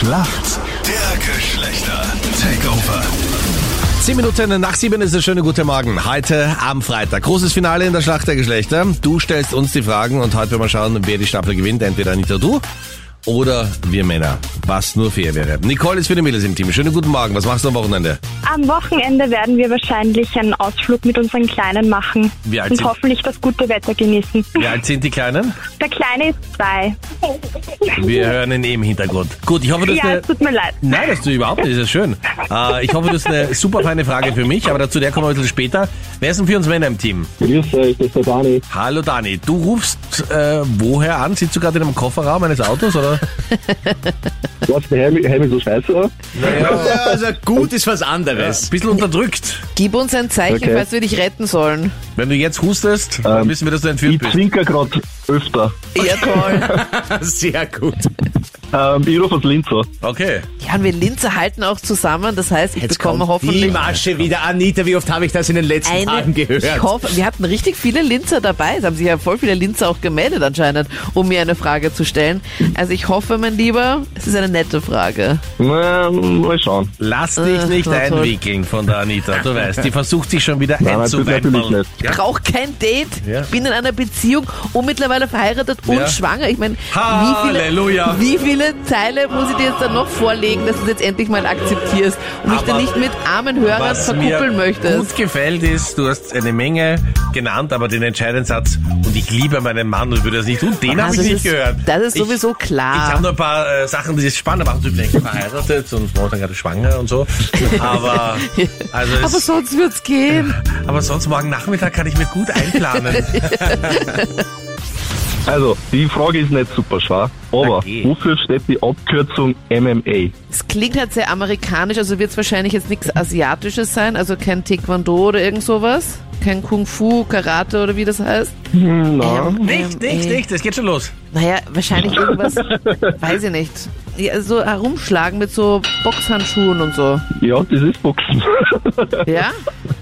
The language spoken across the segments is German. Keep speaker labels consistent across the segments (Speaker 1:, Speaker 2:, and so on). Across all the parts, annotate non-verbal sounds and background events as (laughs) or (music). Speaker 1: Schlacht der Geschlechter. Takeover.
Speaker 2: Zehn Minuten nach sieben ist es schöne gute Morgen. Heute am Freitag. Großes Finale in der Schlacht der Geschlechter. Du stellst uns die Fragen und heute werden wir schauen, wer die Staffel gewinnt. Entweder Anita du oder wir Männer. Was nur fair wäre. Nicole ist für die Mädels im Team. Schönen guten Morgen. Was machst du am Wochenende?
Speaker 3: Am Wochenende werden wir wahrscheinlich einen Ausflug mit unseren Kleinen machen
Speaker 2: Wie alt
Speaker 3: und
Speaker 2: sind-
Speaker 3: hoffentlich das gute Wetter genießen.
Speaker 2: Wie alt sind die Kleinen?
Speaker 3: Der Kleine ist zwei.
Speaker 2: Wir hören ihn eh im Hintergrund. Gut, ich hoffe, dass
Speaker 3: Ja,
Speaker 2: eine...
Speaker 3: es tut mir leid.
Speaker 2: Nein, das tue ich überhaupt nicht. Das ist schön. Äh, ich hoffe, das ist eine super feine Frage für mich, aber dazu der kommen wir ein bisschen später. Wer ist denn für uns Männer im Team?
Speaker 4: Grüß euch, das ist der Dani.
Speaker 2: Hallo Dani, du rufst äh, woher an? Sitzt du gerade in einem Kofferraum eines Autos oder?
Speaker 4: Was für Hamil- Hamilton Schweizer?
Speaker 5: Ja, also gut ist was anderes.
Speaker 2: Bisschen unterdrückt.
Speaker 6: Gib uns ein Zeichen,
Speaker 4: Okay.
Speaker 6: falls wir dich retten sollen.
Speaker 2: Wenn du jetzt hustest, dann wissen wir, dass du entführt
Speaker 4: Ähm, Ich
Speaker 2: bist.
Speaker 4: zwinker gerade öfter.
Speaker 6: Ja, toll.
Speaker 5: Sehr gut.
Speaker 4: Ähm, ich rufe aus Linz an.
Speaker 2: Okay.
Speaker 6: Ja, und wir Linzer halten auch zusammen. Das heißt, ich bekomme
Speaker 5: die
Speaker 6: hoffentlich
Speaker 5: Masche wieder. Anita, wie oft habe ich das in den letzten
Speaker 6: eine...
Speaker 5: Tagen gehört?
Speaker 6: Ich hoffe, wir hatten richtig viele Linzer dabei. Es haben sich ja voll viele Linzer auch gemeldet anscheinend, um mir eine Frage zu stellen. Also ich hoffe, mein Lieber, es ist eine nette Frage.
Speaker 4: Na, mal schauen.
Speaker 2: Lass dich
Speaker 6: Äh,
Speaker 2: nicht
Speaker 6: na toll.
Speaker 2: einwickeln von der Anita. Du weißt, die versucht sich schon wieder
Speaker 4: Nein, das natürlich
Speaker 2: einzuweichen.
Speaker 4: nicht.
Speaker 2: Ja.
Speaker 6: Brauche kein Date.
Speaker 2: Ja.
Speaker 6: Bin in einer Beziehung und mittlerweile verheiratet und
Speaker 2: Ja.
Speaker 6: schwanger. Ich meine, wie viele...
Speaker 2: Halleluja.
Speaker 6: Wie viele Zeile muss ich dir jetzt dann noch vorlegen, dass du es jetzt endlich mal akzeptierst und mich
Speaker 2: Aber
Speaker 6: dann nicht mit armen Hörern
Speaker 2: Was mir
Speaker 6: verkuppeln möchtest?
Speaker 2: gut gefällt ist, du hast eine Menge genannt, aber den entscheidenden Satz, und ich liebe meinen Mann und würde das nicht tun, den
Speaker 6: Ah,
Speaker 2: habe ich
Speaker 6: das
Speaker 2: nicht
Speaker 6: ist-
Speaker 2: gehört.
Speaker 6: das ist
Speaker 2: Ich-
Speaker 6: sowieso Ah. klar.
Speaker 2: Ich habe nur ein paar äh, Sachen, die es spannend machen. Du bist verheiratet und momentan gerade schwanger und so.
Speaker 6: (laughs)
Speaker 2: Aber, also es,
Speaker 6: Aber sonst wird's gehen.
Speaker 2: aber sonst morgen Nachmittag kann ich mir gut einplanen.
Speaker 4: Also, die Frage ist nicht super schwer, aber
Speaker 2: Okay.
Speaker 4: wofür steht die Abkürzung MMA?
Speaker 6: (laughs) Es klingt halt sehr amerikanisch, also wird's wahrscheinlich jetzt nichts Asiatisches sein, also kein Taekwondo oder irgend sowas. Kein Kung Fu, Karate oder wie das heißt.
Speaker 4: Na,
Speaker 6: Ähm,
Speaker 2: nicht,
Speaker 6: ähm,
Speaker 2: nicht,
Speaker 6: äh,
Speaker 2: nicht, das geht schon los.
Speaker 6: Naja, wahrscheinlich irgendwas, weiß ich nicht. Ja, so herumschlagen mit so Boxhandschuhen und so.
Speaker 4: ja, das ist Boxen.
Speaker 6: Ja?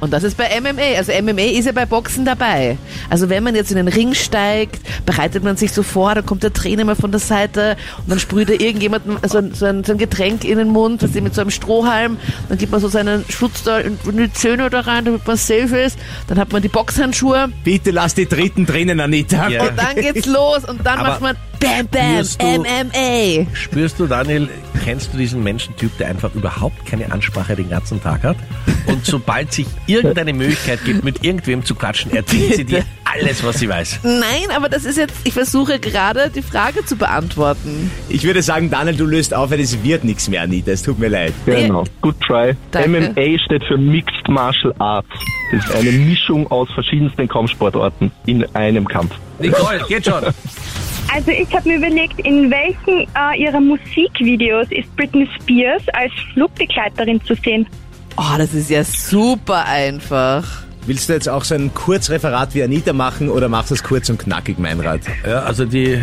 Speaker 6: Und das ist bei MMA. Also MMA ist ja bei Boxen dabei. Also wenn man jetzt in den Ring steigt, bereitet man sich so vor, da kommt der Trainer mal von der Seite und dann sprüht er irgendjemandem so ein, so, ein, so ein Getränk in den Mund, das mit so einem Strohhalm, dann gibt man so seinen Schutz da in in die Zähne da rein, damit man safe ist, dann hat man die Boxhandschuhe
Speaker 5: Bitte lass die Dritten drinnen, Anita.
Speaker 2: Ja.
Speaker 6: und dann geht's los und dann
Speaker 2: Aber
Speaker 6: macht man Bam Bam
Speaker 2: spürst du-
Speaker 6: MMA.
Speaker 2: Spürst du, Daniel, kennst du diesen Menschentyp, der einfach überhaupt keine Ansprache den ganzen Tag hat? Und sobald sich irgendeine Möglichkeit gibt, mit irgendwem zu quatschen, erzählt sie dir alles, was sie weiß.
Speaker 6: Nein, aber das ist jetzt, ich versuche gerade die Frage zu beantworten.
Speaker 5: Ich würde sagen, Daniel, du löst auf, weil es wird nichts mehr, Anita. Es tut mir leid.
Speaker 4: Genau, good try.
Speaker 6: Danke.
Speaker 4: MMA steht für Mixed Martial Arts. Das ist eine Mischung aus verschiedensten Kampfsportarten in einem Kampf.
Speaker 2: Nicole, geht schon.
Speaker 3: Also ich habe mir überlegt, in welchen äh, ihrer Musikvideos ist Britney Spears als Flugbegleiterin zu sehen?
Speaker 6: Oh, das ist ja super einfach.
Speaker 5: Willst du jetzt auch so ein Kurzreferat wie Anita machen oder machst du es kurz und knackig, mein Rat?
Speaker 2: Ja, also die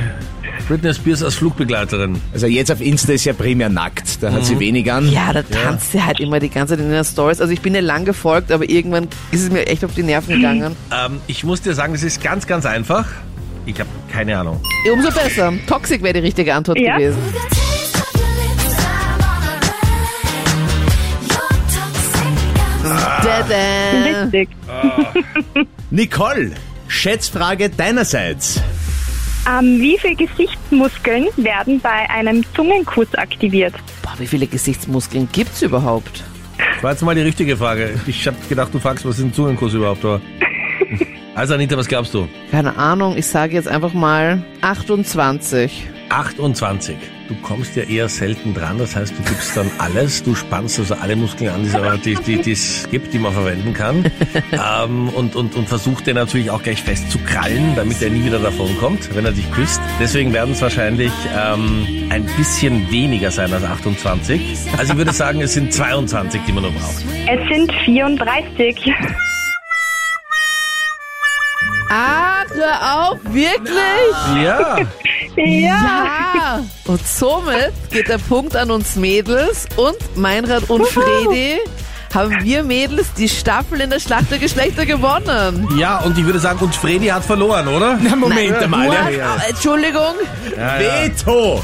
Speaker 2: Britney Spears als Flugbegleiterin.
Speaker 5: Also jetzt auf Insta ist ja primär nackt. Da hat sie wenig an.
Speaker 6: Mhm. Ja, da tanzt sie halt immer die ganze Zeit in den Stories. Also ich bin ihr lang gefolgt, aber irgendwann ist es mir echt auf die Nerven gegangen.
Speaker 3: Mhm.
Speaker 2: Ähm, ich muss dir sagen, das ist ganz, ganz einfach. Ich habe keine Ahnung.
Speaker 6: Umso besser. Toxic wäre die richtige Antwort
Speaker 3: Ja.
Speaker 6: gewesen.
Speaker 7: You got taste of your lips, I'm on a ride. You're toxic,
Speaker 3: Ah.
Speaker 7: I'm
Speaker 6: Tada.
Speaker 3: Richtig.
Speaker 5: Nicole, Schätzfrage deinerseits.
Speaker 3: Ähm, wie viele Gesichtsmuskeln werden bei einem Zungenkuss aktiviert?
Speaker 6: Boah, wie viele Gesichtsmuskeln gibt's überhaupt?
Speaker 2: Das war jetzt mal die richtige Frage. Ich habe gedacht, du fragst, was ist ein Zungenkurs überhaupt war. Also Anita, was glaubst du?
Speaker 6: Keine Ahnung, ich sage jetzt einfach mal 28.
Speaker 2: 28. Du kommst ja eher selten dran, das heißt, du gibst dann alles, du spannst also alle Muskeln an, die es- die, die, die es gibt, die man verwenden kann. Ähm, und, und, und versucht den natürlich auch gleich fest zu krallen, damit er nie wieder davon kommt, wenn er dich küsst. Deswegen werden es wahrscheinlich ähm, ein bisschen weniger sein als 28. Also ich würde sagen, es sind 22, die man noch braucht.
Speaker 3: Es sind 34.
Speaker 6: Ah, hör auf, wirklich?
Speaker 2: Ja,
Speaker 3: ja.
Speaker 6: Ja. Und somit geht der Punkt an uns Mädels und Meinrad und Fredi haben wir Mädels die Staffel in der Schlacht der Geschlechter gewonnen.
Speaker 2: ja, und ich würde sagen, und Fredi hat verloren, oder?
Speaker 5: Na, Moment einmal.
Speaker 6: Entschuldigung,
Speaker 5: Veto!